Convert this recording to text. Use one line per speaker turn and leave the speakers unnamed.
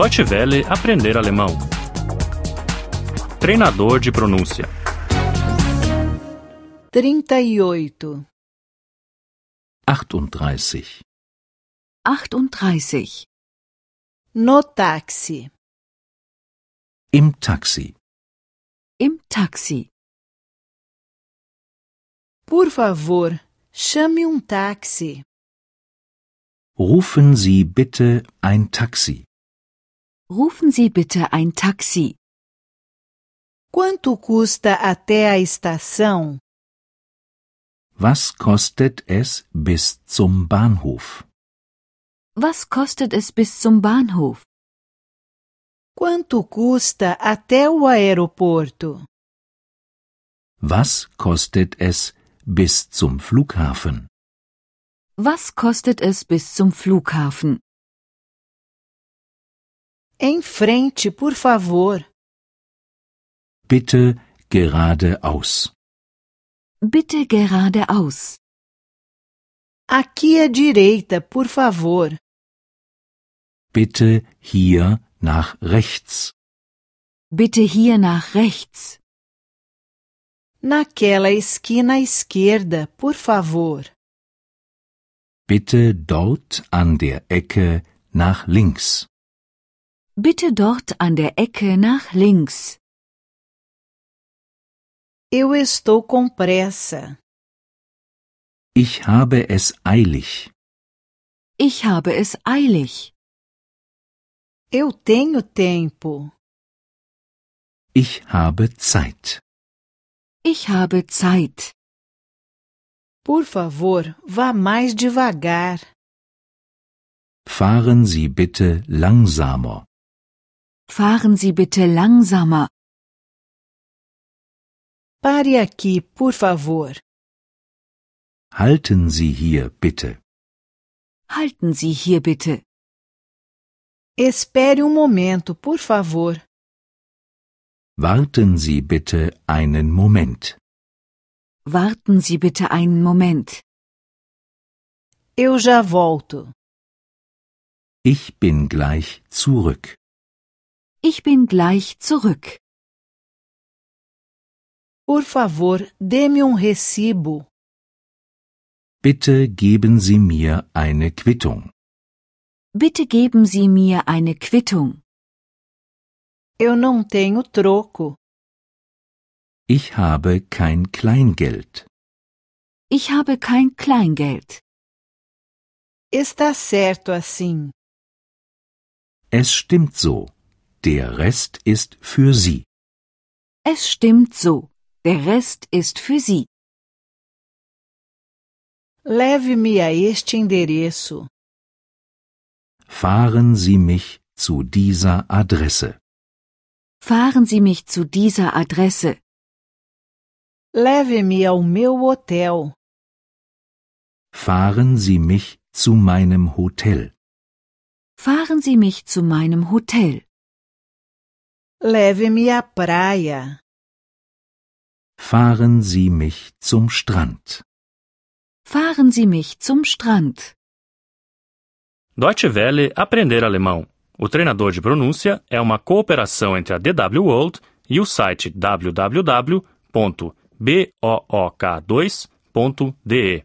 Deutsche Welle aprender alemão. Treinador de pronúncia.
38.
38.
38.
No táxi.
Im Taxi.
Im Taxi.
Por favor, chame um táxi.
Rufen Sie bitte ein Taxi.
Rufen Sie bitte ein Taxi.
Quanto custa até a estação?
Was kostet es bis zum Bahnhof?
Was kostet es bis zum Bahnhof?
Quanto custa até o aeroporto?
Was kostet es bis zum Flughafen?
Was kostet es bis zum Flughafen?
Em frente, por favor.
Bitte geradeaus.
Bitte geradeaus.
Aqui à direita, por favor.
Bitte hier nach rechts.
Bitte hier nach rechts.
Naquela esquina à esquerda, por favor.
Bitte dort an der Ecke nach links.
Bitte dort an der Ecke nach links.
Eu estou com pressa.
Ich habe es eilig.
Ich habe es eilig.
Eu tenho tempo.
Ich habe Zeit.
Ich habe Zeit.
Por favor, vá mais devagar.
Fahren Sie bitte langsamer.
Fahren Sie bitte langsamer.
Pare aqui, por favor.
Halten Sie hier bitte.
Halten Sie hier bitte.
Espere um momento, por favor.
Warten Sie bitte einen Moment.
Warten Sie bitte einen Moment.
Eu já volto.
Ich bin gleich zurück.
Ich bin gleich zurück.
Por favor, dê-me um recibo.
Bitte geben Sie mir eine Quittung.
Bitte geben Sie mir eine Quittung.
Eu não tenho troco.
Ich habe kein Kleingeld.
Ich habe kein Kleingeld.
Está certo assim.
Es stimmt so. Der Rest ist für Sie.
Es stimmt so. Der Rest ist für Sie.
Leve-me a este endereço.
Fahren Sie mich zu dieser Adresse.
Fahren Sie mich zu dieser Adresse.
Leve-me ao meu hotel.
Fahren Sie mich zu meinem Hotel.
Fahren Sie mich zu meinem Hotel.
Leve-me à praia.
Fahren Sie mich zum Strand.
Fahren Sie mich zum Strand.
Deutsche Welle aprender alemão. O treinador de pronúncia é uma cooperação entre a DW World e o site www.book2.de.